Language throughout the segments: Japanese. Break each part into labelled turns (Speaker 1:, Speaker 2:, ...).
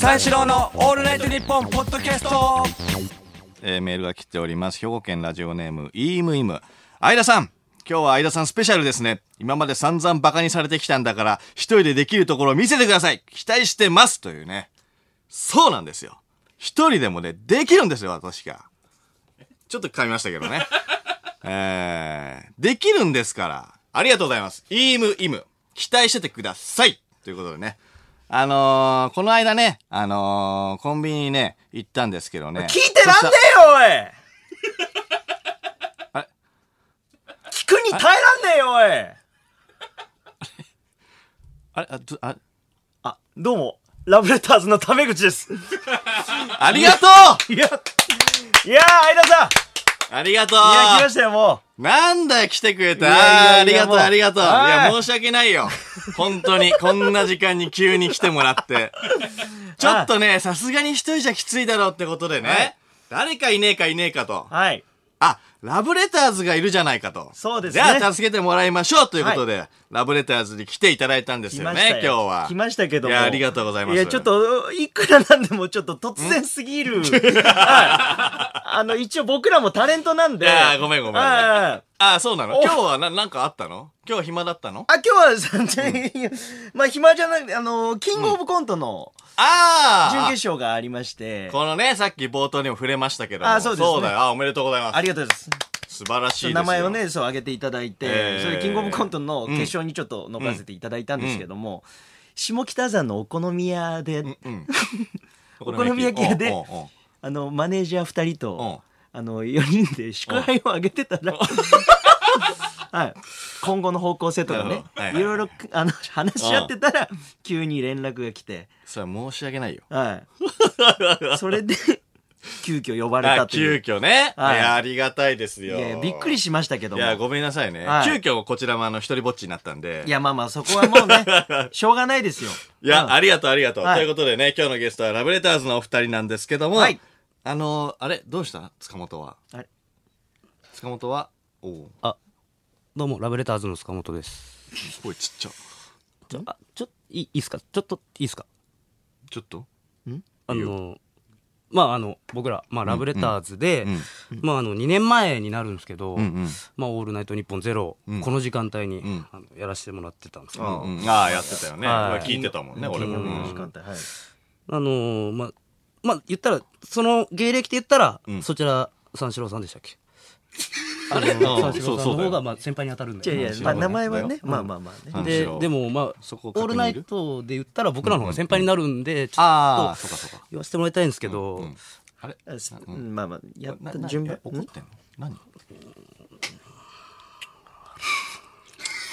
Speaker 1: 三四郎のオールナイトニッポンポッドキャスト
Speaker 2: えーメールが来ております兵庫県ラジオネームイームイム相田さん今日は相田さんスペシャルですね今まで散々バカにされてきたんだから一人でできるところを見せてください期待してますというねそうなんですよ一人でもねできるんですよ私がちょっと噛みましたけどね えー、できるんですからありがとうございますイームイム期待しててくださいということでねあのー、この間ね、あのー、コンビニにね、行ったんですけどね。
Speaker 1: 聞いてらんねえよおい
Speaker 2: れ
Speaker 1: 聞くに耐えらんねえよ
Speaker 2: あれあずあ
Speaker 1: おいあ、どうも、ラブレターズのタメ口です。
Speaker 2: ありがと
Speaker 1: いや、いやー、相田さん
Speaker 2: うありがとう
Speaker 1: いや、来ましたよ、も
Speaker 2: なんだよ、来てくれた。
Speaker 1: いやいやいや
Speaker 2: あーありがと
Speaker 1: も
Speaker 2: う、
Speaker 1: う
Speaker 2: ありがとう。い
Speaker 1: は
Speaker 2: や、
Speaker 1: い
Speaker 2: 申し訳ないよ。本当に、こんな時間に急に来てもらって。ちょっとね、さすがに一人じゃきついだろうってことでね。誰かいねえかいねえかと
Speaker 1: う。。はい。
Speaker 2: あ、ラブレターズがいるじゃないかと。
Speaker 1: そうです
Speaker 2: じ
Speaker 1: ね
Speaker 2: ゃあ、助けてもらいましょうということで、ラブレターズに来ていただいたんです
Speaker 1: 来
Speaker 2: よ
Speaker 1: ました
Speaker 2: ね、
Speaker 1: よ
Speaker 2: 今日は。
Speaker 1: 来ましたけども。
Speaker 2: いや、ありがとうございます。
Speaker 1: いや、ちょっ。と、いくらなんでもちょっと突然すぎる。はいあの、一応僕らもタレントなんで。
Speaker 2: いやごめんごめん
Speaker 1: あ
Speaker 2: あ、そうなの
Speaker 1: お
Speaker 2: 今日はな、なんかあったの今日は暇だったの
Speaker 1: あ、今日はさ、いや まあ、暇じゃなくて、あの、キングオブコントの
Speaker 2: ああ
Speaker 1: 準決勝がありまして。
Speaker 2: このね、さっき冒頭にも触れましたけども。
Speaker 1: あそうですね
Speaker 2: だよ。あ、おめでとうございます
Speaker 1: あ。りがとうございます。
Speaker 2: 素晴らしいですよ
Speaker 1: 名前をね、そう、挙げていただいて、
Speaker 2: えー
Speaker 1: それでキングオブコントの決勝にちょっと残らせていただいたんですけども、下北沢のお好み屋で、
Speaker 2: うん
Speaker 1: お好み焼き屋で
Speaker 2: おうおう
Speaker 1: あの、マネージャー二人と、
Speaker 2: おう
Speaker 1: あの、4人で祝杯をあげてたら、 はい、今後の方向性とか
Speaker 2: なる
Speaker 1: ね
Speaker 2: ほどはいはい、はい
Speaker 1: いろいろあの話し合ってたら、急に連絡が来て、
Speaker 2: それは申し訳ないよ
Speaker 1: はい、それで、急遽呼ばれた
Speaker 2: あ
Speaker 1: とい
Speaker 2: 急
Speaker 1: う。
Speaker 2: 遽ね、、
Speaker 1: はいい
Speaker 2: やありがたいです
Speaker 1: い
Speaker 2: よ
Speaker 1: やいやびっくりしましたけど
Speaker 2: い
Speaker 1: も。
Speaker 2: やごめんなさいね、
Speaker 1: はい
Speaker 2: 急遽こちらもあの一人ぼっちになったんで
Speaker 1: いや、まあまあ、そこはもうね、しょうがないですよ。
Speaker 2: いや、
Speaker 1: うん
Speaker 2: ありがとうありがとう、
Speaker 1: はい
Speaker 2: ということでね今日のゲストはラブレターズのお二人なんですけども、
Speaker 1: はい
Speaker 2: あのあれどうした塚本は
Speaker 1: あれ
Speaker 2: 塚本はおお
Speaker 3: どうも、ラブレターズの塚本です。
Speaker 2: すごいちっちゃ
Speaker 3: ちょ、あ、ちょ、いいいっすかちょっと、いいっすか
Speaker 2: ちょっと
Speaker 3: あ
Speaker 2: いい
Speaker 3: の、まあ、あの、僕ら、まあ、ラブレターズで、
Speaker 2: うん
Speaker 3: まあ、あの、2年前になるんですけど、
Speaker 2: うんうん
Speaker 3: まあ、オールナイトニッポンゼロ、
Speaker 2: うん
Speaker 3: この時間帯に、
Speaker 2: ん
Speaker 3: あのやらせてもらってたんですけど、
Speaker 2: あ、うん、あーやってたよね、
Speaker 3: はい
Speaker 2: 聞いてたもんね俺も、
Speaker 3: うん
Speaker 2: うん
Speaker 1: 時間帯はい
Speaker 3: あのーまあ、まあ、言ったら、その芸歴で言ったら、
Speaker 2: ん
Speaker 3: そちら、三四郎さんでしたっけ
Speaker 2: あれ
Speaker 3: 三四
Speaker 2: そ
Speaker 3: 郎
Speaker 2: う
Speaker 3: さん
Speaker 2: そ
Speaker 3: の
Speaker 2: うだ
Speaker 3: 方
Speaker 2: よ
Speaker 3: が、まあ、先輩に当たるん
Speaker 1: い
Speaker 3: で。
Speaker 1: やいや、まあ、名前はね、まあまあまあね。
Speaker 2: うん
Speaker 3: で
Speaker 2: 三四郎
Speaker 3: でもまあ
Speaker 2: そこ
Speaker 3: オ
Speaker 2: 確認いる
Speaker 3: ールナイトで言ったら僕らの方が先輩になるんで、ちょ
Speaker 2: ああ
Speaker 3: っ
Speaker 2: そうかそうか
Speaker 3: と言わせてもらいたいんですけど、
Speaker 2: うんあれ
Speaker 1: あすうんまあまあ、やっ
Speaker 2: な
Speaker 1: た
Speaker 2: な
Speaker 1: 順番
Speaker 2: え。怒ってんの何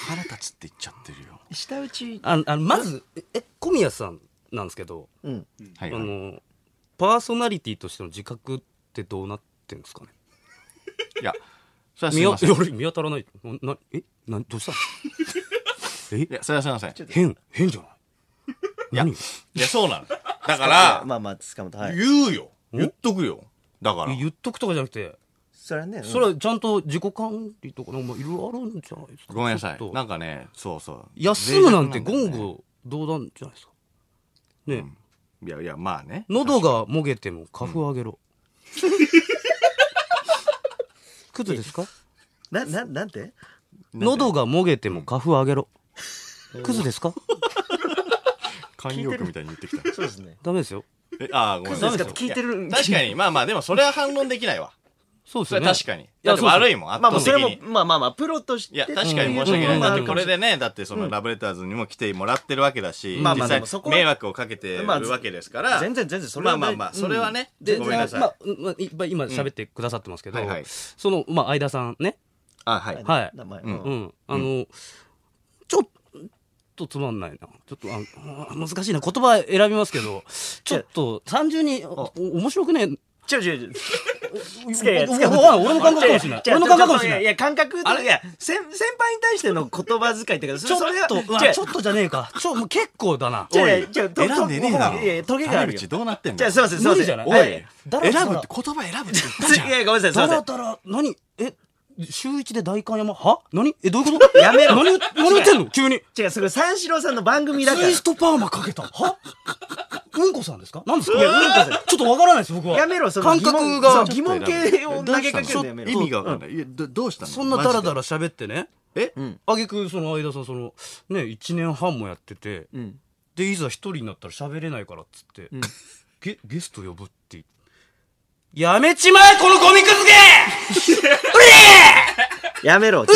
Speaker 2: 腹立つって言っちゃってるよ、
Speaker 1: ん下打ち、
Speaker 3: ああのまずええ小宮さんなんですけど、
Speaker 1: うん。
Speaker 2: はい
Speaker 3: あのパーソナリティとしての自覚ってどうなってんですかね
Speaker 2: いやそれはす
Speaker 3: 見
Speaker 2: い
Speaker 3: や
Speaker 2: ませ んい
Speaker 3: 俺見当たらないななえなどうした のえ
Speaker 2: やそれはすいませんい
Speaker 3: 変変じゃない何
Speaker 2: やそうなのだから
Speaker 1: まあまあ、塚本、 はい。
Speaker 2: 言うよ言っとくよだから
Speaker 3: 言っとくとかじゃなくて
Speaker 1: それはね、うん
Speaker 3: それはちゃんと自己管理とかなんかいろいろあるんじゃないですか
Speaker 2: ごめんなさ
Speaker 3: ちょ
Speaker 2: い
Speaker 3: っ
Speaker 2: な
Speaker 3: と
Speaker 2: んかねそうそう
Speaker 3: 休むなんて言
Speaker 2: 脆弱なんだよ
Speaker 3: 語道断じゃないですかね、
Speaker 2: ねいやいやまあね
Speaker 3: 喉がもげても花粉あげろ、 クズですか
Speaker 1: な、な、なんて
Speaker 3: 喉がもげても花粉あげろ。クズですか
Speaker 2: 慣用句みたいに言ってきた
Speaker 1: そうですね。
Speaker 3: ダメですよ。
Speaker 2: えああごめんなさい
Speaker 1: クズですかって聞いてる
Speaker 2: や確かにまあまあでもそれは反論できないわ
Speaker 3: そうです
Speaker 2: そ
Speaker 3: よ
Speaker 2: れ
Speaker 3: ね。
Speaker 2: は確かに
Speaker 3: や
Speaker 2: だって悪いもん圧
Speaker 1: まあまあ、
Speaker 2: 倒
Speaker 1: そ
Speaker 2: 的
Speaker 1: れ
Speaker 2: に
Speaker 1: も、まあまあまあ、プロとして。
Speaker 2: いや、確かに申し訳
Speaker 3: う
Speaker 2: なんい。だっ
Speaker 3: うん
Speaker 2: てこれでね、だってそのラブレターズにも来てもらってるわけだし、
Speaker 1: まあま
Speaker 2: 実
Speaker 1: あ
Speaker 2: 際
Speaker 1: でもそこは
Speaker 2: 迷惑をかけてるわけですから、
Speaker 1: 全然全然、それ
Speaker 2: まあ
Speaker 1: は
Speaker 2: まあ
Speaker 1: 大。
Speaker 2: まあ、それはね、
Speaker 3: で
Speaker 2: ごめんなさい。
Speaker 3: まあ、まあいっぱい今喋ってくださってますけど、
Speaker 2: うんはいはい
Speaker 3: その、まあ、相田さんね。
Speaker 2: あ、はい。
Speaker 3: は
Speaker 1: 名前。
Speaker 2: うん
Speaker 3: う
Speaker 1: うん
Speaker 3: ん。あの、ちょっとつまんないな。ちょっと、ああ難しいな。言葉選びますけど、ちょっと、単純に、お面白くねえ。
Speaker 1: 違う違う違う。つ
Speaker 3: お
Speaker 1: けつけ
Speaker 3: おお俺の感覚かもしれない。
Speaker 1: 違う違
Speaker 3: 俺
Speaker 1: う
Speaker 3: の感覚かもしれないい。
Speaker 1: や、感覚、いや、先先輩に対しての言葉遣いっていうか、
Speaker 3: ちょっ
Speaker 1: それは
Speaker 3: と、うわ
Speaker 1: 違う
Speaker 3: ちょっとじゃねえか。ちょ、もう結構だな。
Speaker 1: 違う
Speaker 2: おい
Speaker 1: 違う違うと
Speaker 2: 選んでねえだろ
Speaker 1: といやいやトゲがある
Speaker 2: 谷
Speaker 1: よ
Speaker 2: 口どうなってん
Speaker 1: じ
Speaker 2: だ
Speaker 1: ゃあ、すいません、すいま
Speaker 3: 無
Speaker 1: せん。
Speaker 3: 理じゃない
Speaker 2: おい、
Speaker 1: は
Speaker 2: 選
Speaker 3: だら
Speaker 2: ぶって、言葉選ぶって言ったじゃん
Speaker 1: い。や、ごめんなさい、すい
Speaker 3: だ
Speaker 1: ません
Speaker 3: ら。だら、何え、週一で代官山は何え、どういうこ と
Speaker 1: やめろ
Speaker 3: 何何言ってんの急に。
Speaker 1: 違う、それ三四郎さんの番組だか
Speaker 3: ツイストパーマかけた。 はうんこさんですか何ですかいや、うんこさん。ちょっとわからないです、僕
Speaker 1: ら。
Speaker 3: は。
Speaker 1: やめろ、その
Speaker 3: 感
Speaker 1: 疑
Speaker 3: 覚
Speaker 1: 問
Speaker 3: が
Speaker 1: そう。疑問系を投げかけるのやめろ。
Speaker 2: 意味がわかんない。いや、どどうしたの
Speaker 3: そんなダラダラ喋ってね。
Speaker 2: マジでえ、
Speaker 3: あげく、その相田さん、その、ね、1年半もやってて、
Speaker 1: うん。
Speaker 3: で、いざ一人になったら喋れないからっつって、 ゲ、ゲスト呼ぶって。やめちまえ、このゴミくずげ
Speaker 1: やめろ。うり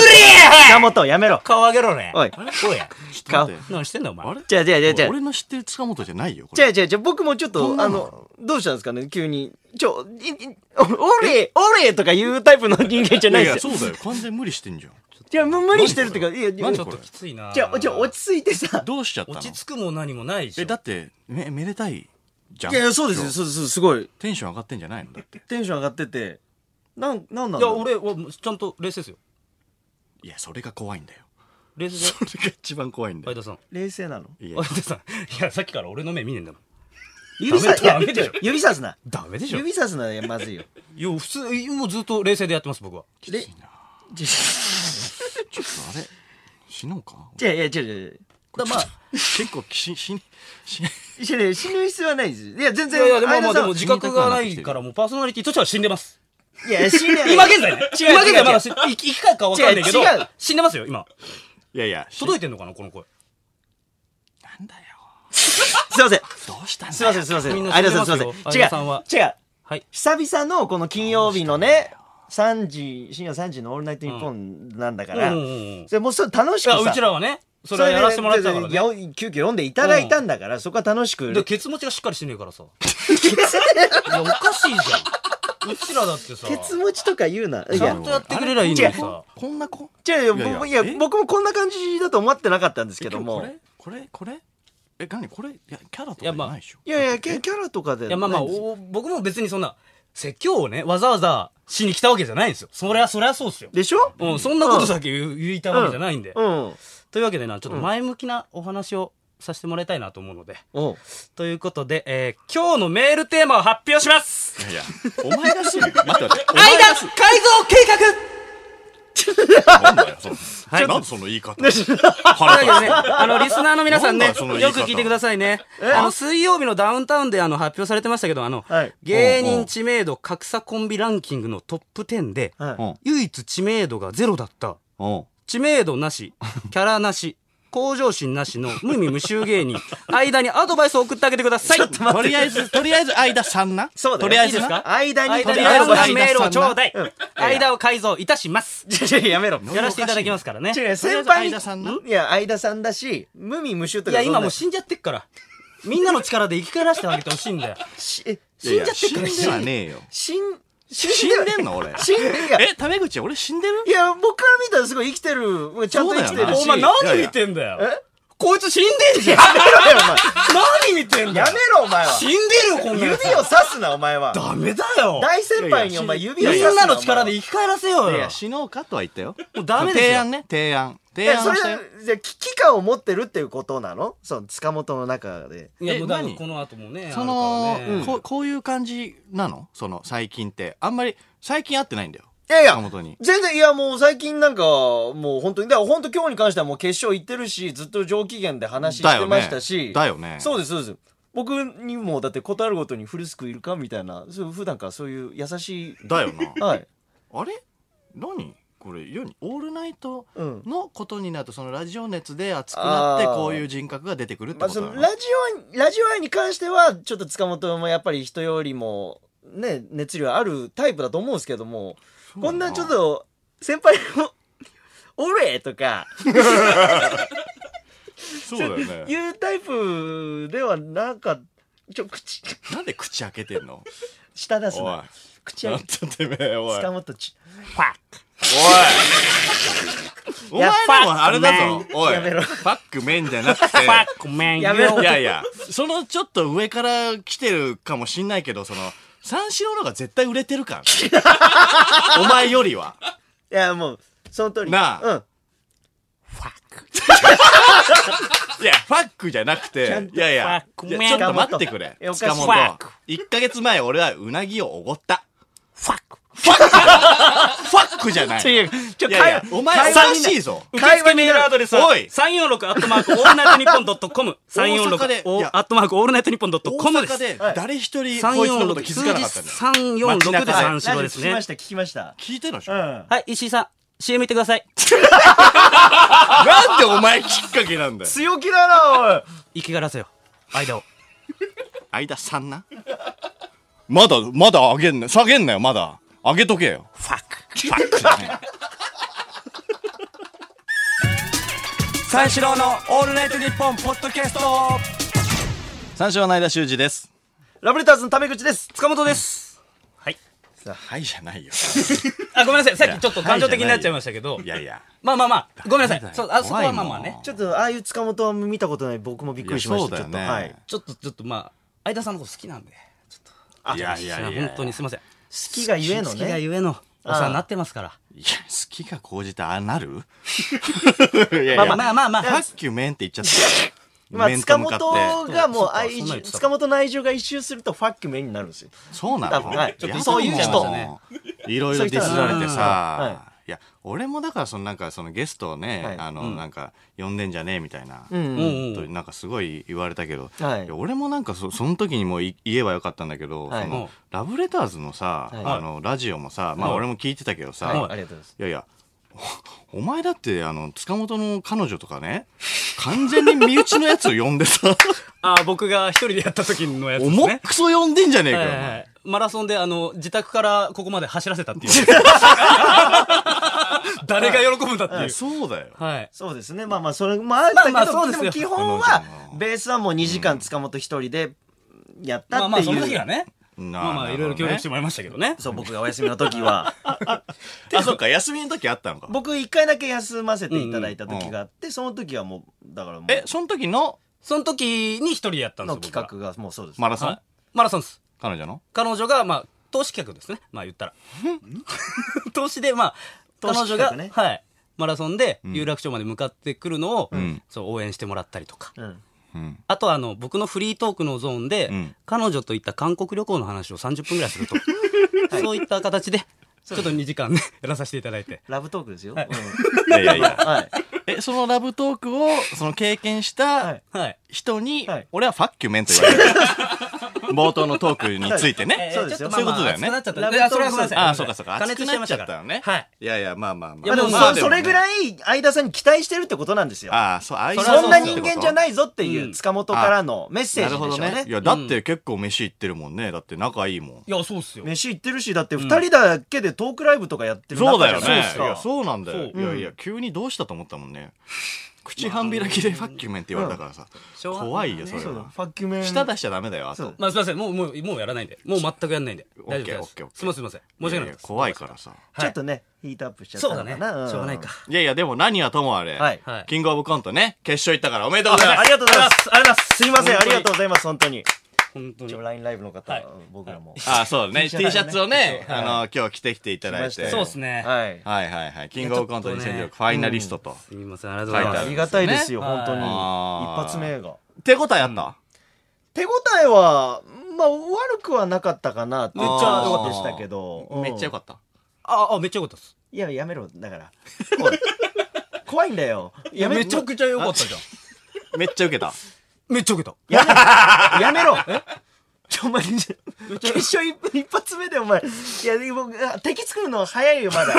Speaker 1: 塚本、やめろ。
Speaker 3: 顔上げろね。
Speaker 1: おい
Speaker 3: あれおい。
Speaker 1: 顔。
Speaker 2: 待
Speaker 1: 違
Speaker 2: って
Speaker 3: 何してんだよ、お前。
Speaker 2: あれ
Speaker 1: じゃあじゃあじゃあじゃあ
Speaker 2: 俺の知ってる塚本じゃないよ。こ
Speaker 1: う
Speaker 2: れ
Speaker 1: 違う違う、僕もちょっと、あの、どうしたんですかね、急に。ちょ、い、い、おれ、おれとか言うタイプの人間じゃない
Speaker 2: いやい
Speaker 1: で
Speaker 2: や、
Speaker 1: す
Speaker 2: そ
Speaker 1: よ。
Speaker 2: うだよ。完全に無理してんじゃん。
Speaker 1: いや、もう無理してるっていうか、いや、
Speaker 2: 何
Speaker 1: い
Speaker 3: ち
Speaker 1: や
Speaker 3: ょ
Speaker 2: これ
Speaker 3: っときついな
Speaker 1: じゃあ、じゃあ落ち着いてさ。
Speaker 2: どうしちゃったの
Speaker 3: 落ち着くも何もないでしょ。
Speaker 2: え、だって、め、めでたいじゃん。
Speaker 1: いや、そうですよ、そうです、すごい。
Speaker 2: テンション上がってんじゃないのだって。
Speaker 1: テンション上がってて。なん、なんなん
Speaker 3: い
Speaker 1: だ
Speaker 3: や、
Speaker 1: ろう
Speaker 3: 俺、俺ちゃんと冷静ですよ。
Speaker 2: いや、それが怖いんだよ。
Speaker 3: 冷静 で
Speaker 2: そ。れが一番怖いんだ
Speaker 3: 相
Speaker 2: よ。
Speaker 3: 田さん。
Speaker 1: 冷静なの
Speaker 2: いや
Speaker 3: 相、田さん。いや、さっきから俺の目見ねえんだもん。
Speaker 1: 指さ、い
Speaker 3: ダ
Speaker 1: や
Speaker 3: メでしょ、
Speaker 1: 指さすな。
Speaker 3: ダメでしょ。い
Speaker 1: 指さすな、いやまずいよ。
Speaker 3: や、普通、いもうずっと冷静でやってます、僕は。
Speaker 1: れ
Speaker 2: いいな
Speaker 1: じゃ、
Speaker 2: ちょっとあれ、死のうか
Speaker 1: じゃあ、いや、違う違う。
Speaker 3: だまあ、
Speaker 2: 結構、し、 し、し、
Speaker 1: いやいや死ぬ必要はないです。いや、全
Speaker 3: い
Speaker 1: 然。
Speaker 3: やいや、でもまあ、
Speaker 1: 相田
Speaker 3: で
Speaker 1: さん
Speaker 3: も自覚がないから、もうパーソナリティとしては死んでます。
Speaker 1: いや、死ぬ。
Speaker 3: 今現在ね。
Speaker 1: 違う
Speaker 3: 今現在まだ
Speaker 1: 違
Speaker 3: し生き生き返るかわかんないけど
Speaker 1: 違う違う、
Speaker 3: 死んでますよ、今。
Speaker 2: いやいや、
Speaker 3: 届いてんのかな、この声。
Speaker 2: なんだよ。
Speaker 1: すいません。
Speaker 2: どうしたんだよ
Speaker 1: すいません、すいません。
Speaker 3: みんな
Speaker 1: 相田さん、すいません。
Speaker 3: 知ってますよ相田さんは
Speaker 1: 違う。違う。
Speaker 3: はい。
Speaker 1: 久々のこの金曜日のね、3時、深夜3時のオールナイトニッポンなんだか
Speaker 3: うん
Speaker 1: ら、
Speaker 3: うんうん。い
Speaker 1: それもうそれ楽しく
Speaker 3: や、
Speaker 1: さ。
Speaker 3: うちらはね、それはやらせてもらってたから
Speaker 1: いや
Speaker 3: ね。
Speaker 1: 急遽読んでいただいたんだから、そこは楽しく。
Speaker 3: で、ケツ持ちがしっかりしてねえからさ。いや、おかしいじゃん。うちらだってさ。
Speaker 1: ケツ持ちとか言うな。い
Speaker 3: ちゃ
Speaker 1: や
Speaker 3: ん、とやってくれりゃいいのにさ。
Speaker 2: こんな子
Speaker 1: じゃあいや
Speaker 2: いやいや
Speaker 1: 僕いや
Speaker 2: え
Speaker 1: 僕もこんな感じだと思ってなかったんですけど
Speaker 2: こ
Speaker 1: も
Speaker 2: れ。これこれえ、何これいや、キャラと
Speaker 3: いや
Speaker 2: か
Speaker 3: まあ
Speaker 2: ないでしょ
Speaker 1: いやいや、キャキャラとかで。
Speaker 3: いや、まあまあ、お僕も別にそんな、説教をね、わざわざしに来たわけじゃないんですよ。そりゃ、そりゃそうですよ。
Speaker 1: でしょ
Speaker 3: うん、そんなことだけ言う言いたいわけじゃないんで。
Speaker 1: うん。
Speaker 3: というわけでな、ちょっと前向きなお話をさせてもらいたいなと思うので。
Speaker 1: おう
Speaker 3: ということで、えー、今日のメールテーマを発表します
Speaker 2: いやいや、お前がすぐ、待って待 って、お
Speaker 3: 間
Speaker 2: 前
Speaker 3: 改造計画
Speaker 2: なんだよ、その、
Speaker 3: はい
Speaker 2: なんでその言い方。腹
Speaker 3: という
Speaker 2: 立つ
Speaker 3: わけでね、あの、リスナーの皆さん
Speaker 2: な
Speaker 3: ね、よ
Speaker 2: んだよその言い
Speaker 3: く
Speaker 2: 方
Speaker 3: 聞いてくださいね。あの、水曜日のダウンタウンであの、発表されてましたけど、あの、
Speaker 1: はい
Speaker 3: 芸人知名度格差コンビランキングのトップ10で、
Speaker 1: はい
Speaker 2: うん
Speaker 3: 唯一知名度がゼロだった、
Speaker 2: おう
Speaker 3: 知名度な し、キャラなし、向上心なしの無味無臭芸人、間にアドバイスを送ってあげてください。
Speaker 2: とりあえず、とりあえず、間さんな。
Speaker 1: そうだよ
Speaker 2: とりあえず
Speaker 1: いいです
Speaker 2: な。
Speaker 1: か間に
Speaker 3: 間
Speaker 1: と
Speaker 3: に
Speaker 1: りあえず
Speaker 3: アドバイス
Speaker 2: 間
Speaker 3: メールを
Speaker 2: 間
Speaker 3: ちょうだい
Speaker 1: うん。
Speaker 3: 間を改造いたします。
Speaker 1: いやいややめろ。
Speaker 3: やらせていただきますから
Speaker 1: 違
Speaker 3: ね。
Speaker 1: う、
Speaker 2: とりあえ
Speaker 1: 先
Speaker 2: ず
Speaker 1: 輩に。
Speaker 2: 相田さんない
Speaker 1: や、相田さんだし、無味無臭と
Speaker 3: い
Speaker 1: か
Speaker 3: や、
Speaker 1: そんな。
Speaker 3: 今もう死んじゃってっから。みんなの力で生き返らせてあげてほしいんだよ。
Speaker 1: しえ
Speaker 2: い
Speaker 1: 死ん
Speaker 2: や
Speaker 1: じゃってっから
Speaker 2: 死んではねえよ。
Speaker 1: 死ん、
Speaker 2: 死んでんの俺。
Speaker 1: 死んでいや、
Speaker 2: え、タメ口、俺死んでる
Speaker 1: いや、僕から見たらすごい生きてる。ちゃんと生きてるし。
Speaker 3: お前
Speaker 1: や
Speaker 3: 何見てんだよ。 こいつ死んでんじゃん。
Speaker 1: めろよ、
Speaker 3: 何見てん
Speaker 1: お
Speaker 3: だ
Speaker 1: 前。
Speaker 3: よ
Speaker 1: や。めろ、お前
Speaker 3: 死
Speaker 1: は。
Speaker 3: んでるよ、こんな
Speaker 1: 指
Speaker 3: や
Speaker 1: を
Speaker 3: つ
Speaker 1: 刺すな、お前は。
Speaker 3: ダメだよ。
Speaker 1: 大先輩にお前指を刺
Speaker 3: み
Speaker 1: すな。
Speaker 3: んなの力で
Speaker 1: いい。
Speaker 3: 生き返らせよう
Speaker 2: い
Speaker 3: よ
Speaker 2: や、。死のうかとは言ったよ。
Speaker 3: もうダメですよ
Speaker 2: 提案ね、提案。
Speaker 1: い
Speaker 2: 提
Speaker 1: や
Speaker 2: 案
Speaker 1: そ
Speaker 2: を
Speaker 1: れ
Speaker 2: したよ。、
Speaker 1: じゃあ危機感を持ってるっていうことなのその、塚本の中で。
Speaker 3: いや、もうだから
Speaker 2: え何
Speaker 3: この後もね、
Speaker 2: その
Speaker 3: あるからね
Speaker 2: こうこういう感じなのその最近ってあんまり最近会ってないんだよ
Speaker 1: いやいや
Speaker 2: 岡、本に
Speaker 1: 全然、いや、もう最近なんか、もう本当に、だから本当今日に関してはもう決勝行ってるし、ずっと上機嫌で話し
Speaker 2: だ
Speaker 1: て
Speaker 2: よ
Speaker 1: ま
Speaker 2: ね
Speaker 1: したし、
Speaker 2: だよね
Speaker 1: そうです、そうです。僕にもだって断るごとにフルスクいるかみたいな、そう普段からそういう優しい、
Speaker 2: だよな
Speaker 1: はい。
Speaker 2: あれ何これ世にオールナイト
Speaker 1: うん
Speaker 2: のことになるとそのラジオ熱で熱くなって
Speaker 1: あー
Speaker 2: こういう人格が出てくるって
Speaker 1: ま
Speaker 2: こ
Speaker 1: あ、そ
Speaker 2: と
Speaker 1: の
Speaker 2: だ
Speaker 1: ラ
Speaker 2: な
Speaker 1: ジオ、ラジオ愛に関しては、ちょっと塚本もやっぱり人よりも、ね、熱量あるタイプだと思うんですけども、
Speaker 2: うだな
Speaker 1: こんなちょっと、先輩を、 俺とか、
Speaker 2: そうだよ ね
Speaker 1: いうタイプではなんか、ちょ、口、
Speaker 2: なんで口開けてんの
Speaker 1: 舌出す
Speaker 2: おい
Speaker 1: な。口
Speaker 2: な
Speaker 1: 開
Speaker 2: ん
Speaker 1: け、
Speaker 2: だてめえおい
Speaker 1: 塚本ち、
Speaker 3: ファック。
Speaker 2: おいお前でもあれだぞおい
Speaker 1: やめろ
Speaker 2: パックメンじゃなくて
Speaker 3: ファック、メン。
Speaker 1: やめろ
Speaker 2: いやいや、そのちょっと上から来てるかもしんないけど、その、三四郎の方が絶対売れてるから。お前よりは。
Speaker 1: いや、もう、その通り。
Speaker 2: なあ
Speaker 1: うん。
Speaker 3: ファック。
Speaker 2: いや、ファックじゃなく
Speaker 1: ちゃん
Speaker 2: て、
Speaker 1: と
Speaker 2: いやいや、
Speaker 3: ファック
Speaker 2: いや
Speaker 3: めん
Speaker 2: ちょっと待ってくれ
Speaker 1: いや。おかしい
Speaker 2: 塚
Speaker 1: フ
Speaker 3: ァッ
Speaker 2: 本。一ヶ月前俺はうなぎをおごった。
Speaker 3: ファック。
Speaker 2: ファックファックじゃない。
Speaker 1: 違うちょ
Speaker 2: いやいや
Speaker 1: 会
Speaker 2: お前
Speaker 1: 会話
Speaker 2: お
Speaker 1: に
Speaker 2: かしいぞ
Speaker 3: 受付メールアドレスは
Speaker 2: おい
Speaker 3: 346アットマークオールナイトニッポンドット コム346
Speaker 2: 大阪でいや
Speaker 3: アットマークオールナイトニッポンドット
Speaker 2: 大
Speaker 3: コムです
Speaker 2: 阪で
Speaker 1: はい
Speaker 2: 誰一人こいつのこと
Speaker 3: 346
Speaker 2: 気づかなかったんだよ。
Speaker 3: 数字346で
Speaker 2: 街中
Speaker 3: 三四郎で
Speaker 1: ラジオ聞
Speaker 3: す
Speaker 1: き
Speaker 3: ね
Speaker 1: ました、聞きました。
Speaker 2: 聞いてるでし
Speaker 1: う
Speaker 2: ょ、
Speaker 1: ん。
Speaker 3: はい石井さん CM 行ってください
Speaker 2: なんでお前きっかけなんだよ。
Speaker 1: 強気だな、おい。
Speaker 3: 生きがらせよ間を
Speaker 2: 間さんな。まだ、まだ上げんな、下げんなよ、まだ。上げとけよ。ファック。ファックじゃない。
Speaker 3: 三四郎のオールナイトニッポンポッドキャスト
Speaker 2: 三章の間修二です。
Speaker 1: ラブレターズのタメ口です。
Speaker 3: 塚本です
Speaker 2: はいじゃ ないよ。
Speaker 3: あごめんなさいさっきちょっと感情的になっちゃいましたけど
Speaker 2: いやいや。
Speaker 3: まあま あまあごめんなさいそうあそこ
Speaker 2: 怖い
Speaker 3: は
Speaker 2: も
Speaker 3: まあ
Speaker 2: ん
Speaker 3: まあね
Speaker 1: ちょっと、ああいう塚本は見たことない僕もびっくりしました。
Speaker 2: いやそうだよね
Speaker 1: ちょっとはい。
Speaker 3: ちょっとちょっとまあ相田さんのこと好きなんでちょ
Speaker 2: いやい
Speaker 3: っと
Speaker 2: やいや。
Speaker 3: 本当にすいません好
Speaker 1: 好きがゆえの
Speaker 3: 好きが
Speaker 1: ね。
Speaker 3: ゆえのお世話になってますから
Speaker 2: いや、好きが高じてああな るいやいや
Speaker 3: まあまあまあまあ
Speaker 2: ファッキュメンって言っちゃった。
Speaker 1: まあ、
Speaker 2: 面
Speaker 1: 塚
Speaker 2: と向かって
Speaker 1: 本がもう
Speaker 3: そうか
Speaker 1: 愛
Speaker 3: そんなん言
Speaker 1: 情、
Speaker 3: ってた
Speaker 1: 塚本の愛情が一周するとファックメンになるんですよ。
Speaker 2: そうなの、
Speaker 1: はい
Speaker 2: やだ
Speaker 1: そういう人
Speaker 2: もういろいろディスられてさ、
Speaker 1: うん
Speaker 2: い、や俺もだからそのなんかそのゲストをね、
Speaker 1: はい
Speaker 2: あのなんか呼んでんじゃねえみたいな、
Speaker 1: うん
Speaker 3: うん
Speaker 2: となんかすごい言われたけど、
Speaker 1: はい
Speaker 2: や俺もなんかそその時にもうい言えばよかったんだけど、
Speaker 1: はい
Speaker 2: そ
Speaker 3: うん
Speaker 2: のラブレターズのさ、
Speaker 1: はい
Speaker 2: あのラジオもさ、まあ、
Speaker 3: はい
Speaker 2: 俺も聞いてたけどさ、
Speaker 1: はい、
Speaker 3: はい
Speaker 1: ありがとうございます。
Speaker 2: いやいや、おお前だって、あの、塚本の彼女とかね、完全に身内のやつを呼んでさ、
Speaker 3: あ僕が一人でやった時のやつですね
Speaker 2: 重っくそ呼んでんじゃねえか
Speaker 3: は
Speaker 2: よ
Speaker 3: い
Speaker 2: お
Speaker 3: はいは
Speaker 2: 前。
Speaker 3: いマラソンであの自宅からここまで走らせたっていう 誰が喜ぶんだっていう
Speaker 2: そうだよ。
Speaker 3: はい
Speaker 1: そうですね。まあまあ、それもあったけど、
Speaker 3: まあまあそうですよ
Speaker 1: も基本
Speaker 2: 彼
Speaker 1: は
Speaker 2: 女も、
Speaker 1: ベースはもう2時間塚本一人でやったっていう。
Speaker 3: まあまあその時はね
Speaker 2: な
Speaker 3: まあまあいろいろ協力して
Speaker 2: も
Speaker 3: もらいましたけどね
Speaker 1: そう、僕がお休みの時は。
Speaker 2: あ、そっか、休みの時あったのか。
Speaker 1: 僕一回だけ休ませていただいた時があって、その時はもう、だからもう、
Speaker 2: え、その時の
Speaker 3: その時に一人でやったんで
Speaker 1: の
Speaker 3: すよ
Speaker 1: 企
Speaker 3: 僕は
Speaker 1: 画がもうそうです。
Speaker 2: マラソン、
Speaker 3: はいマラソンです
Speaker 2: 彼女の
Speaker 3: 彼女がまあ投資企画ですねまあ言っ たら投資でまあ
Speaker 1: 投
Speaker 3: 彼
Speaker 1: 資
Speaker 3: 女
Speaker 1: 企画
Speaker 3: が
Speaker 1: ね
Speaker 3: はいマラソンで有楽町まで向かってくるのを
Speaker 2: ん
Speaker 3: そう応援してもらったりとか
Speaker 1: うん。
Speaker 2: うん。
Speaker 3: あとはあの僕のフリートークのゾーンで、
Speaker 2: うん
Speaker 3: 彼女と行った韓国旅行の話を30分ぐらいす るとそういった形でちょっと2時間ねやらさせていただいて
Speaker 1: ラブトークですよ。
Speaker 3: はい
Speaker 1: うん
Speaker 2: いやいやいや。
Speaker 1: はい。
Speaker 2: え、そのラブトークを、その経験した
Speaker 3: はい
Speaker 2: 人に、
Speaker 1: はい
Speaker 2: 俺はファッキュメンと言われる。 冒頭のトークについてね。
Speaker 1: そうですよ
Speaker 3: ちょっとまあ
Speaker 2: そういうことだよね
Speaker 3: まあ熱くなっ
Speaker 1: ラ
Speaker 3: ち
Speaker 1: ブ
Speaker 3: ゃったいやそれはご
Speaker 1: トーク
Speaker 3: めんなさい
Speaker 2: ああ、そうかそうか。
Speaker 3: 加
Speaker 2: 熱く
Speaker 3: 熱しちゃい
Speaker 2: な
Speaker 3: ま
Speaker 2: っ
Speaker 3: し
Speaker 2: ちゃ
Speaker 3: た
Speaker 2: った
Speaker 3: から
Speaker 2: のね。
Speaker 3: はい。
Speaker 2: いやいや、まあまあまあ。
Speaker 3: いや
Speaker 1: でも
Speaker 3: まあ
Speaker 1: そそれぐ
Speaker 2: い。
Speaker 1: らい相田さんに期待してるってことなんですよ。
Speaker 2: ああ、そう、あい。
Speaker 3: それは
Speaker 1: そんな人間じゃないいぞっていう塚本からのメッセー
Speaker 2: な
Speaker 1: ジ
Speaker 2: る
Speaker 1: でし
Speaker 2: ほ
Speaker 1: ょ
Speaker 2: ど
Speaker 1: うね。
Speaker 2: ね。いや、だって結構飯行ってるもんね。だって仲いいもん。
Speaker 3: いやそうっすよ
Speaker 1: 飯行ってるし、だって二人だけでトークライブとかやってる
Speaker 2: そうだよ
Speaker 1: 中じゃない
Speaker 2: ね
Speaker 1: です。
Speaker 2: い
Speaker 1: か
Speaker 2: や、そうなんだよ。い
Speaker 3: そ
Speaker 2: やいや、急にどうしたと思ったもんね。口半開きでファッキュメンって言われたからさ。
Speaker 3: うん
Speaker 2: 怖いよ、それ
Speaker 1: そうだよ
Speaker 2: は。
Speaker 1: ファッキュメン。
Speaker 2: 舌出しちゃダメだよ、あ
Speaker 1: そ
Speaker 2: と
Speaker 1: う。
Speaker 3: まあすいませんもうもうもうやらないんでもう全くやらないんで大
Speaker 2: オッ
Speaker 3: 丈夫です
Speaker 2: ケーオッケーオッケー
Speaker 3: すいませんすいません申し訳ない
Speaker 2: や
Speaker 3: で
Speaker 2: や
Speaker 3: す
Speaker 2: 怖いからさ。
Speaker 1: ちょっとね、ヒートアップしちゃった
Speaker 3: そう
Speaker 1: の
Speaker 3: だ
Speaker 1: かな。
Speaker 3: ねし
Speaker 1: ん
Speaker 3: ょうがないか。
Speaker 2: いやいや、でも何はともあれ。
Speaker 1: はい
Speaker 3: はい
Speaker 2: キングオブコントね、決勝行ったからおめでとうござい
Speaker 1: あ
Speaker 2: ます
Speaker 1: り。がとうございます。ありがとうございます。すいません、
Speaker 3: 本
Speaker 1: あ
Speaker 3: 当
Speaker 1: り
Speaker 3: に
Speaker 1: がとうございます、本当に。
Speaker 3: 本当
Speaker 1: 一
Speaker 3: に
Speaker 1: 応 LINE ライブの方、
Speaker 3: はい
Speaker 1: 僕らも。
Speaker 2: あ、そうね。T
Speaker 1: T シャツね
Speaker 2: シャツをね、あの、今日着てきていただい
Speaker 1: 着
Speaker 2: て。
Speaker 1: ました
Speaker 3: そう
Speaker 1: よ
Speaker 3: っすね
Speaker 1: はい。
Speaker 2: はいはいはい。キングオブコント
Speaker 3: いやちょっとね
Speaker 2: 2016ファイナリストと。
Speaker 3: すみませんありがとうござい
Speaker 2: 書い
Speaker 3: ま
Speaker 1: あ
Speaker 2: て
Speaker 1: り
Speaker 3: す
Speaker 1: がたいですよ、
Speaker 3: そうです
Speaker 1: 本
Speaker 3: ね
Speaker 1: 当に。
Speaker 2: あー
Speaker 1: 一発目が。
Speaker 2: 手応えあった
Speaker 1: 手応えは、まあ、悪くはなかったかな。め
Speaker 3: っちゃ良
Speaker 2: かった
Speaker 1: でしたけど。
Speaker 2: めっちゃよか
Speaker 1: っ
Speaker 2: った。
Speaker 3: ああめっちゃよかったです
Speaker 1: た。いや、やめろ、だから。おい 怖いんだよ。
Speaker 3: いや
Speaker 1: め
Speaker 3: めちゃくちゃよかったじゃん
Speaker 2: めっちゃ受けた。
Speaker 3: めっちゃ受けた
Speaker 1: やめろやめろちょ、お前、決勝一一発目でお前、いや、僕、あ敵作るの早いよ、まだ。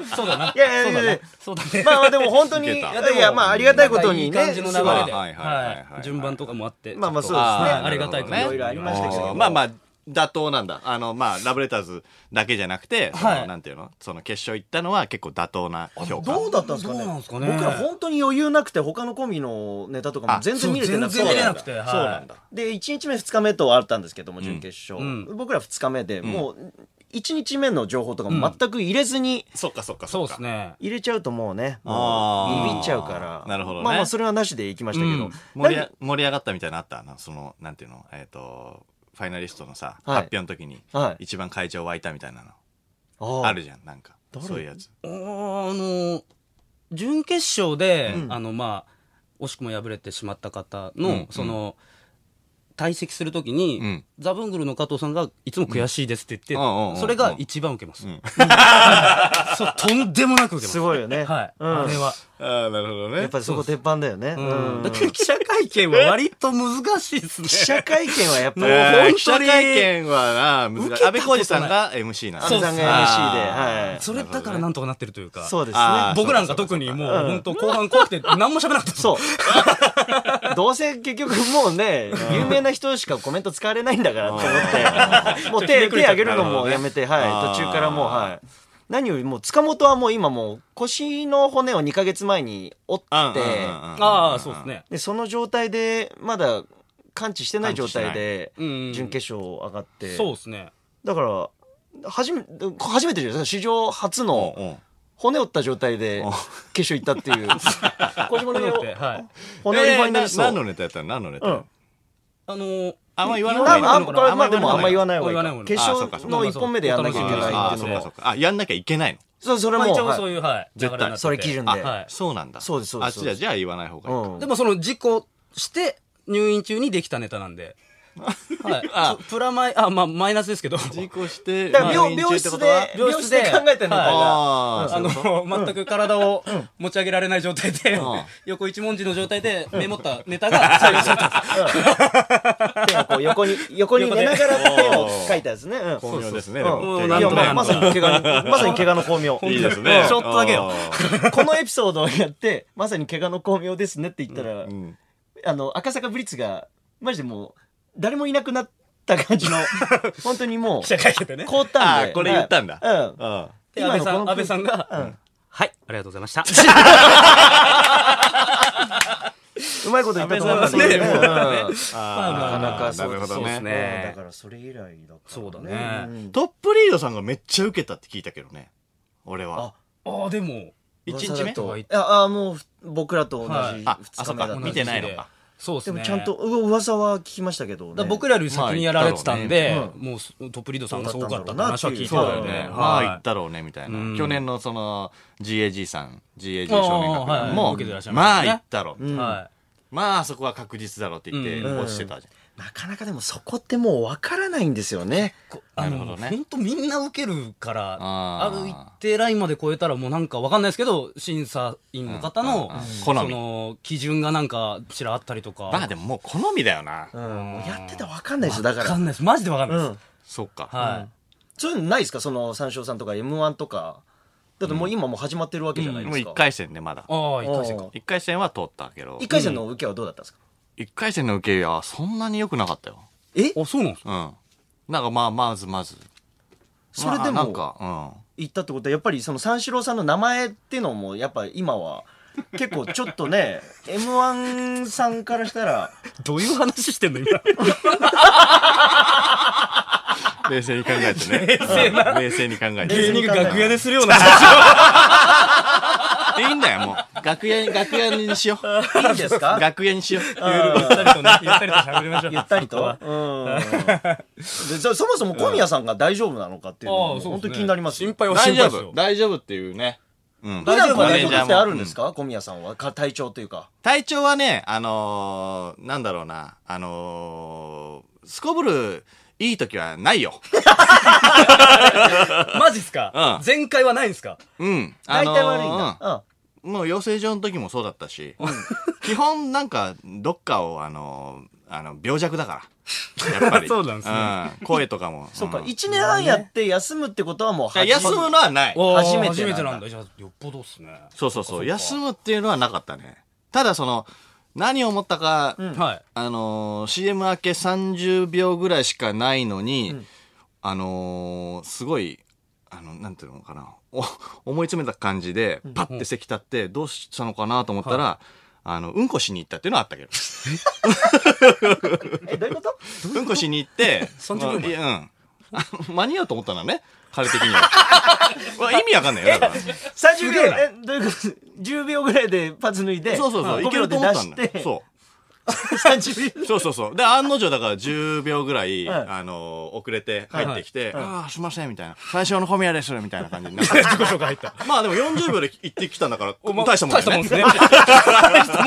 Speaker 3: そうだな。
Speaker 1: いやいやいやいや
Speaker 3: そうだね。
Speaker 1: まあまあ、でも本当に、い
Speaker 2: いけた
Speaker 1: やいや、まあ、ありがたいことにね、
Speaker 3: いい感じの流れ
Speaker 1: す
Speaker 3: で、
Speaker 1: ごい
Speaker 2: はいはいはいはい
Speaker 3: 順番とかもあって、
Speaker 1: まあまあ
Speaker 3: ちょっと
Speaker 1: そうですね
Speaker 3: はいありがたいこと
Speaker 1: いろいろありましたけど
Speaker 2: まあまあ妥当なんだあのまあラブレターズだけじゃなくて、その
Speaker 3: はい
Speaker 2: なんていうのその決勝行ったのは結構妥当な評価
Speaker 1: どうだったんですかね
Speaker 3: どうなんですかね
Speaker 1: 僕ら本当に余裕なくて他のコンビのネタとかも全然見れてなくて
Speaker 3: 全然見れなくて、
Speaker 2: そう
Speaker 3: はい
Speaker 2: なんだ、
Speaker 1: で1日目2日目とあったんですけども準決勝、
Speaker 3: う
Speaker 1: 僕ら2日目で、もう1日目の情報とかも全く入れずに
Speaker 2: そっかそっか
Speaker 3: そ
Speaker 2: そうっ
Speaker 3: で
Speaker 2: か
Speaker 3: すね。
Speaker 1: 入れちゃうともうね
Speaker 2: あ
Speaker 1: も
Speaker 2: ー
Speaker 1: うビビっちゃうから
Speaker 2: なるほどね
Speaker 1: まあまあそれはなしでいきましたけど、
Speaker 3: うん
Speaker 2: 盛りあ盛り上がったみたいなのあったなそのなんていうのえっ、とファイナリストのさ、
Speaker 1: はい
Speaker 2: 発表の時に、
Speaker 1: はい
Speaker 2: 一番会場沸いたみたいなの
Speaker 1: あ
Speaker 2: あるじゃんなんか
Speaker 1: 誰
Speaker 2: そういうやつ
Speaker 3: あーあの、準決勝で、
Speaker 1: うん
Speaker 3: あの、まあ、惜しくも敗れてしまった方
Speaker 2: う
Speaker 3: の
Speaker 2: ん、
Speaker 3: その、退席するときに、
Speaker 2: うん
Speaker 3: ザブングルの加藤さんがいつも悔しいですって言って、
Speaker 2: うんうんうんうん
Speaker 3: それが一番受けます。
Speaker 2: ん
Speaker 3: そうとんでもなく受けます。
Speaker 1: すごいよね。
Speaker 3: はい。
Speaker 1: うん
Speaker 3: あれは。
Speaker 2: ああ、なるほどね。
Speaker 1: やっぱりそこ鉄板だよね。
Speaker 3: うん。
Speaker 1: う
Speaker 3: だ
Speaker 1: ん
Speaker 3: から記者会見は割と難しいですね。
Speaker 1: 記者会見はやっぱり、
Speaker 3: もう
Speaker 1: 安
Speaker 3: 本当に
Speaker 2: 記者会見はな、難
Speaker 3: 受
Speaker 2: しい。
Speaker 3: けたことない
Speaker 2: 安倍浩二さんが MC なんだ
Speaker 1: 倍さんが MC で、はい。
Speaker 3: それだからなんとかなってるというか。
Speaker 1: そうです
Speaker 2: あ
Speaker 1: ね
Speaker 2: ー。
Speaker 3: 僕なんか特にもう本当後半怖くて何も喋らなかった。
Speaker 1: そう。どう せ結局もうね、有名な人しかコメント使われないんだからって思って、もう
Speaker 3: ちょっとひね
Speaker 1: 手、
Speaker 3: く
Speaker 1: 手
Speaker 3: れちゃ
Speaker 1: あ
Speaker 3: った
Speaker 1: げるのもやめて、
Speaker 2: なるほどね
Speaker 1: はい、途中からもう、はい。何よりも、塚本はもう今もう腰の骨を2ヶ月前に折って、
Speaker 3: ああ、そうです。ね。
Speaker 1: で、その状態で、まだ完治してない状態で、
Speaker 3: うんうん。
Speaker 1: 準決勝上がって、
Speaker 3: そうですね。
Speaker 1: だから、初め、初めてじゃないですか、史上初
Speaker 2: うんうん
Speaker 1: の
Speaker 2: うんうんうん
Speaker 1: 骨折った状態で
Speaker 2: おう
Speaker 1: 決勝行ったっていう、
Speaker 3: 小島のよって、はい。
Speaker 1: 骨折りファイナ
Speaker 2: え
Speaker 1: リ
Speaker 2: ー
Speaker 1: ス
Speaker 2: な
Speaker 1: ト
Speaker 2: 何。のネタやったの何のネタ
Speaker 1: うん
Speaker 3: あのー、
Speaker 2: あんま言わない
Speaker 1: ま
Speaker 2: 方がい
Speaker 1: あまあ
Speaker 2: い
Speaker 1: こ
Speaker 2: の
Speaker 1: れはまあでもあんま言わない方がいい
Speaker 3: 言わない方
Speaker 1: か。
Speaker 3: がいい
Speaker 1: 決
Speaker 2: あそうか
Speaker 1: 勝
Speaker 2: そう
Speaker 3: か
Speaker 1: の一本目でやんなきゃいけない
Speaker 2: ああ、
Speaker 1: って
Speaker 2: そ
Speaker 1: いう
Speaker 2: か
Speaker 1: うの
Speaker 2: そう
Speaker 1: も。
Speaker 2: か。あ、やんなきゃいけないの。
Speaker 1: そう、それ
Speaker 3: ま
Speaker 1: も
Speaker 3: あ、一応
Speaker 1: はい
Speaker 3: そういう、はい。流れになってて
Speaker 1: それ基準で
Speaker 2: あ、
Speaker 3: はい
Speaker 2: そうなんだ。
Speaker 1: そうですそうです
Speaker 2: あ、じゃあ、じゃあ言わない方がいいか。
Speaker 1: うん
Speaker 3: でもその事故して入院中にできたネタなんで。はい。あ、プラマイ、あ、まあ、マイナスですけど。
Speaker 2: 事故して、
Speaker 1: だから
Speaker 2: 病
Speaker 1: 病
Speaker 2: 院中
Speaker 1: 病
Speaker 2: ってこ
Speaker 1: 室
Speaker 2: とは
Speaker 1: で、
Speaker 3: 病
Speaker 1: 病
Speaker 3: 室
Speaker 1: 室
Speaker 3: で
Speaker 1: で考えてるのか
Speaker 2: ああ、
Speaker 3: あの、全く体を持ち上げられない状態で
Speaker 2: ん、
Speaker 3: 横一文字の状態でメモったネタが最後だったんです。
Speaker 1: な手をこう横に、横に寝ながら手を書いたですね。うん
Speaker 2: 巧妙ですね。で
Speaker 1: そうそう
Speaker 2: も
Speaker 3: うん
Speaker 2: 手が
Speaker 1: い
Speaker 3: な
Speaker 1: や
Speaker 3: んとか
Speaker 1: まあ
Speaker 3: やんと
Speaker 1: まさに怪我の、まさに怪我の巧妙。
Speaker 2: いいですね。
Speaker 3: ちょっとだけよ
Speaker 1: このエピソードをやって、まさに怪我の巧妙ですねって言ったら
Speaker 2: う、ん。
Speaker 1: あの、赤坂ブリッツが、マジでもう、誰もいなくなった感じの、本当に もう、
Speaker 3: 記者会見でね。
Speaker 1: 凍ったんで。
Speaker 2: あこれ言ったんだ
Speaker 1: うん。
Speaker 2: あ
Speaker 3: で安倍さ
Speaker 1: 今のこ
Speaker 3: ん、
Speaker 1: の
Speaker 3: 安倍さんが、
Speaker 1: うん
Speaker 3: はい、ありがとうございました。
Speaker 1: うまいこと言ったと思うんですけどう
Speaker 3: 安倍さんはね
Speaker 1: ん
Speaker 3: まあ
Speaker 2: あ、
Speaker 3: まあまあ
Speaker 2: なるほど
Speaker 3: そうで
Speaker 2: ね。
Speaker 3: すね
Speaker 1: うんだからそれ以来だからね。
Speaker 3: そうだね
Speaker 1: ん
Speaker 2: トップリードさんがめっちゃ受けたって聞いたけどね。俺は
Speaker 1: あ。
Speaker 3: ああ、でも、
Speaker 2: 一日目
Speaker 1: 噂だといや、あもうふ僕らと同じ
Speaker 3: は
Speaker 2: あ
Speaker 1: 2日目
Speaker 3: い
Speaker 1: だ
Speaker 2: あ
Speaker 1: っ
Speaker 2: そ
Speaker 1: た
Speaker 2: うか見てないのか。
Speaker 3: そうです
Speaker 1: で
Speaker 3: ね。
Speaker 1: もちゃんと、う噂は聞きましたけどね。
Speaker 3: だから僕らより先にやられてたんで、
Speaker 1: まあいいだろう
Speaker 3: もうすトップリードさんがすごかったって話は聞いて
Speaker 2: そう
Speaker 3: た
Speaker 2: だ
Speaker 3: よ
Speaker 2: よ
Speaker 3: ね。
Speaker 2: ね。
Speaker 1: うん
Speaker 2: まあ、行
Speaker 3: は
Speaker 2: っ
Speaker 3: い。
Speaker 2: たろうね、みたい
Speaker 3: うん
Speaker 2: な。去年のその、GAG さん、GAG
Speaker 3: ああ
Speaker 2: 少年学
Speaker 3: はい
Speaker 2: 園も
Speaker 3: 受けてらっしゃ、いまし
Speaker 2: ま
Speaker 3: た
Speaker 2: あ、
Speaker 3: ね
Speaker 2: 行ったろう。
Speaker 1: うん
Speaker 3: は
Speaker 2: まあ、そこは確実だろうって言って、
Speaker 3: うん
Speaker 2: 落ちてたじゃん。
Speaker 1: なかなかでもそこってもうわからないんですよね。
Speaker 3: い。こあ
Speaker 2: なるほ
Speaker 3: の、
Speaker 2: どね
Speaker 3: 本当みんな受けるから、あ
Speaker 2: あー
Speaker 3: る一定ラインまで超えたらもうなんかわかんないですけど、審査員の方の
Speaker 2: うんうんうん、
Speaker 3: そ
Speaker 2: 好み
Speaker 3: の、基準がなんかちらあったりとか。
Speaker 2: まあ、でももう好みだよな
Speaker 1: う。ん。もうやってたらわかんないですよ、だか。
Speaker 3: わからんないです。マジでわかんな
Speaker 1: う
Speaker 3: いです。
Speaker 1: ん。
Speaker 2: そっか。
Speaker 3: は
Speaker 1: そういうのないですかその三椒さんとか M1 とか。だってもう今もう始まってるわけじゃないで
Speaker 2: もう
Speaker 1: す
Speaker 2: 一
Speaker 1: か。
Speaker 2: 回戦ね、まだ。
Speaker 3: い。ああ、一回戦
Speaker 1: うん
Speaker 3: か。
Speaker 2: 一回戦は通ったけど
Speaker 1: 一、回戦の受けはどうだったんですか
Speaker 2: 一回戦の受け入れはそんなに良くなかったよ。
Speaker 1: え
Speaker 3: あ、そうなんですか
Speaker 2: うん。なんかまあ、まずまず。
Speaker 1: それ
Speaker 2: ま
Speaker 1: で
Speaker 2: あなん
Speaker 1: も
Speaker 2: か、うん。
Speaker 1: 行ったってことは、やっぱりその三四郎さんの名前っていうのも、やっぱ今は、結構ちょっ とね、M1 さんからしたら、
Speaker 3: どういう話してんの今。
Speaker 2: 冷静に考えて ね。うん冷静に考え
Speaker 1: 芸
Speaker 3: 芸
Speaker 2: て。
Speaker 1: 人
Speaker 3: 人
Speaker 1: が
Speaker 3: が
Speaker 1: 楽
Speaker 3: 楽
Speaker 1: 屋
Speaker 3: 屋でするよう な話。
Speaker 2: いいんだよ、もう。楽屋に、楽屋にしよ う。
Speaker 1: いいんです か
Speaker 2: 楽屋にしよう。
Speaker 3: ゆったりとね、ゆったりと喋りましょう。
Speaker 1: ゆったりと。 うん。でそそもそも小宮さんが大丈夫なのかっていうの
Speaker 3: あ
Speaker 1: も、
Speaker 3: あ、そうですね
Speaker 1: 本当に気になりますよ
Speaker 3: 心。配は
Speaker 2: 大
Speaker 3: 心
Speaker 2: 丈
Speaker 3: 配です
Speaker 2: 夫。
Speaker 3: よ。
Speaker 2: 大丈夫っていうね。うん。
Speaker 1: 普段から大丈
Speaker 2: マネージャー
Speaker 1: 夫
Speaker 2: も
Speaker 1: ってあるんですか小宮さんは。か体調というか。
Speaker 2: 体調はね、あのー、なんだろうな、あのー、すこぶるいい時はないよ。
Speaker 3: マジっすか
Speaker 2: うん
Speaker 3: 前回はないんすか
Speaker 2: うん。
Speaker 1: 大体悪いん
Speaker 2: あのー
Speaker 1: だ。
Speaker 2: うんもう養成所の時もそうだったし、 基本なんか、どっかを、あのー、あの、病弱だから。やっぱり。
Speaker 3: そうなんですね
Speaker 2: うん声とかも。
Speaker 1: そっか、
Speaker 2: うん
Speaker 1: 1年半やって休むってことはもう
Speaker 2: いや休む のはない。
Speaker 1: 初めてなんだ
Speaker 3: 初めてなんだ。じゃあ、よっぽどっすね。
Speaker 2: そうそうそう。休
Speaker 3: む。
Speaker 2: むっていうのはなかったね。ただその、何を思ったか、
Speaker 3: はい。
Speaker 2: あのー CM 明け30秒ぐらいしかないのに、
Speaker 1: ん
Speaker 2: あのーすごい、あの、なんていうのかな、お 思い詰めた感じで、パッて席立って、どうしたのかなと思ったら、あの、うんこしに行ったっていうのはあったけ ど。
Speaker 1: え、どうい うこと
Speaker 2: うんこしに行って、
Speaker 3: 30
Speaker 2: まあ
Speaker 3: 秒前
Speaker 2: いやうんあの。間に合うと思ったん だね。彼的に は。わ意味わかんないよ。だから
Speaker 1: ?30 秒、
Speaker 3: げえな
Speaker 1: え、どういうこと ?10 秒ぐらいでパズ抜いて、
Speaker 2: そうそうそう。い
Speaker 1: 5
Speaker 2: け
Speaker 1: 秒
Speaker 2: ると
Speaker 1: で
Speaker 2: 思っ
Speaker 1: 出
Speaker 2: たん
Speaker 1: し
Speaker 2: だよ
Speaker 1: て、。
Speaker 2: そう。
Speaker 1: 30 秒。
Speaker 2: そうそうそう。で、案の定だから10秒ぐらい、
Speaker 1: はい
Speaker 2: あの、遅れて入ってきて、
Speaker 1: はい
Speaker 2: ああ、すいません、みたいな。最初の小宮です、みたいな感じになって。
Speaker 3: 自己紹介入った。
Speaker 2: まあでも40秒で行ってきたんだから、
Speaker 3: お前
Speaker 2: 大したもんだ
Speaker 3: 大した
Speaker 2: よ
Speaker 3: もん
Speaker 2: ね
Speaker 3: で。すね。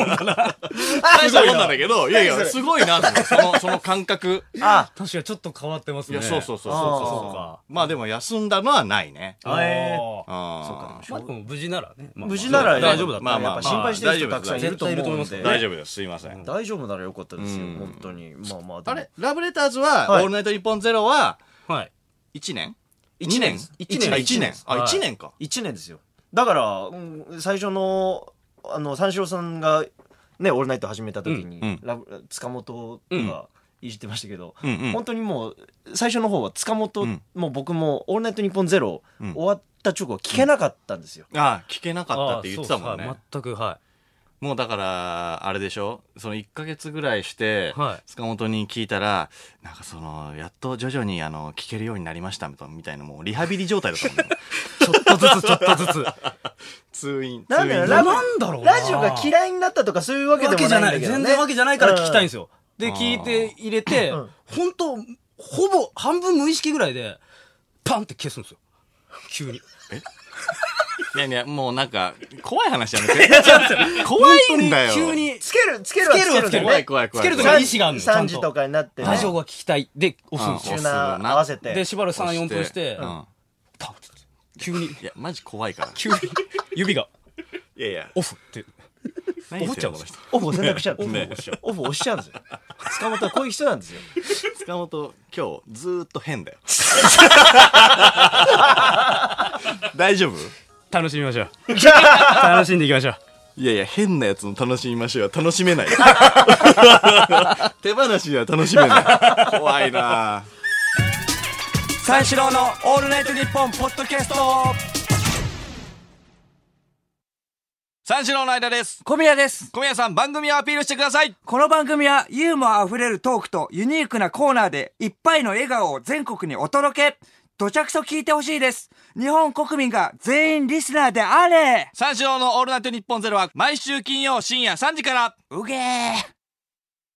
Speaker 2: 大したもんなんだけど、いやいや、すごいなと思って、その、その感覚。
Speaker 1: あ、
Speaker 3: 確かにちょっと変わってます
Speaker 2: いや、
Speaker 3: ね。
Speaker 2: そうそうそうそう
Speaker 1: あー
Speaker 2: そうか。まあでも休んだのはないね。
Speaker 3: あー
Speaker 1: え
Speaker 2: あー
Speaker 3: まあでも無事ならね。まあ
Speaker 1: 無事ならね
Speaker 3: 大丈夫だった。
Speaker 2: まあまあ
Speaker 1: やっぱ心配してる人
Speaker 2: まあ
Speaker 1: たくさんいると思うんで。
Speaker 2: 大丈夫です。すいません。
Speaker 1: 大丈夫ならよかったですよ
Speaker 2: う、ん
Speaker 1: 本当に。まあまあでも。
Speaker 2: あれラブレターズは、
Speaker 1: はい
Speaker 2: オールナイトニッポンゼロは、
Speaker 3: はい。
Speaker 2: 1年
Speaker 1: 一
Speaker 2: ?2
Speaker 1: 年
Speaker 2: 年
Speaker 1: です一
Speaker 2: ?1
Speaker 1: 年
Speaker 2: 年。1年。あ、
Speaker 3: はい
Speaker 2: 1年か。
Speaker 1: 1年ですよだから、うん最初のあの三四郎さんが「ねオールナイト」始めた時に、
Speaker 2: うんうん
Speaker 1: ラブ塚本とかいじってましたけど、
Speaker 2: うんうん
Speaker 1: 本当にもう最初の方は塚本、
Speaker 2: うん
Speaker 1: もう僕も「オールナイトニッポンゼロ、
Speaker 2: うん
Speaker 1: 終わった直後聞けなかったんですよ、
Speaker 2: ああ、聞けなかったって言ってたもん
Speaker 3: あーそう
Speaker 2: ね
Speaker 3: か。全く、はい。
Speaker 2: もうだから、あれでしょその1ヶ月ぐらいして
Speaker 3: はい、
Speaker 2: 塚本に聞いたら、なんかその、やっと徐々にあの、聞けるようになりましたみたいな、みたいなもうリハビリ状態だったもんね。
Speaker 3: ちょっとずつ、ちょっとずつ。
Speaker 2: 通院。
Speaker 1: なんだ
Speaker 2: 通
Speaker 1: よ
Speaker 2: 院
Speaker 1: ラブ
Speaker 3: なんだろうな
Speaker 1: ラジオが嫌いになったとかそういうわけで
Speaker 3: わけ
Speaker 1: も
Speaker 3: じ
Speaker 1: な
Speaker 3: ゃ
Speaker 1: いんだ
Speaker 3: ない。
Speaker 1: けど、ね、
Speaker 3: 全然わけじゃないから聞きたいんです
Speaker 1: よ、
Speaker 3: よ。で、聞いて入れて
Speaker 1: うん、
Speaker 3: 本当ほぼ、半分無意識ぐらいで、パンって消すんですよ。急に。
Speaker 2: いやいや、もうなんか、怖い話 やめて。怖いんだよ。
Speaker 3: 急に
Speaker 1: つ、けるつけるはつけるんだよ
Speaker 2: 怖い
Speaker 1: ね
Speaker 2: 怖い怖い。
Speaker 3: つけるとき
Speaker 2: 怖い
Speaker 3: 意思があるのちゃんと
Speaker 1: 3時とかになって、ね、
Speaker 3: ラジオが聞きたい。で、押すんです
Speaker 1: チュ
Speaker 3: よ
Speaker 2: 押
Speaker 1: ー
Speaker 2: す
Speaker 1: ナ
Speaker 2: よ
Speaker 1: ー
Speaker 2: な
Speaker 1: 合わせて
Speaker 3: で、しばらく3、4分して
Speaker 2: う、ん
Speaker 3: パンって。急に、
Speaker 2: いや、マジ怖いから。
Speaker 3: 急に、 指が、
Speaker 2: いやいや。
Speaker 3: オフって。
Speaker 2: 何言
Speaker 3: 思
Speaker 2: っ
Speaker 3: っ
Speaker 2: ち
Speaker 3: ち
Speaker 2: ゃ
Speaker 3: ゃ
Speaker 2: う
Speaker 3: う
Speaker 2: こ
Speaker 3: こ
Speaker 2: の
Speaker 3: の
Speaker 2: 人
Speaker 1: オフ
Speaker 3: 人。
Speaker 1: 押せなくしちゃう、
Speaker 2: ね
Speaker 1: オフ押しちゃうん ですよ塚本はこういう人なん ですよ
Speaker 2: 塚本、今日、ずーっと変 だよ。大丈夫
Speaker 3: 楽しみましょう。楽しんでいきましょう。
Speaker 2: いやいや、変なやつの楽しみましょうは楽しめない。手放しでは楽しめない。怖いな
Speaker 3: 三四郎のオールナイトニッポンポッドキャスト
Speaker 2: 三四郎の間です。
Speaker 4: 小宮です。
Speaker 2: 小宮さん、番組をアピールしてください。
Speaker 4: この番組はユーモアあふれるトークとユニークなコーナーでいっぱいの笑顔を全国にお届け。どちゃくそ聞いてほしいです。日本国民が全員リスナーであれ
Speaker 2: 三四郎のオールナイトニッポンゼロは、毎週金曜深夜3時から。
Speaker 4: うげー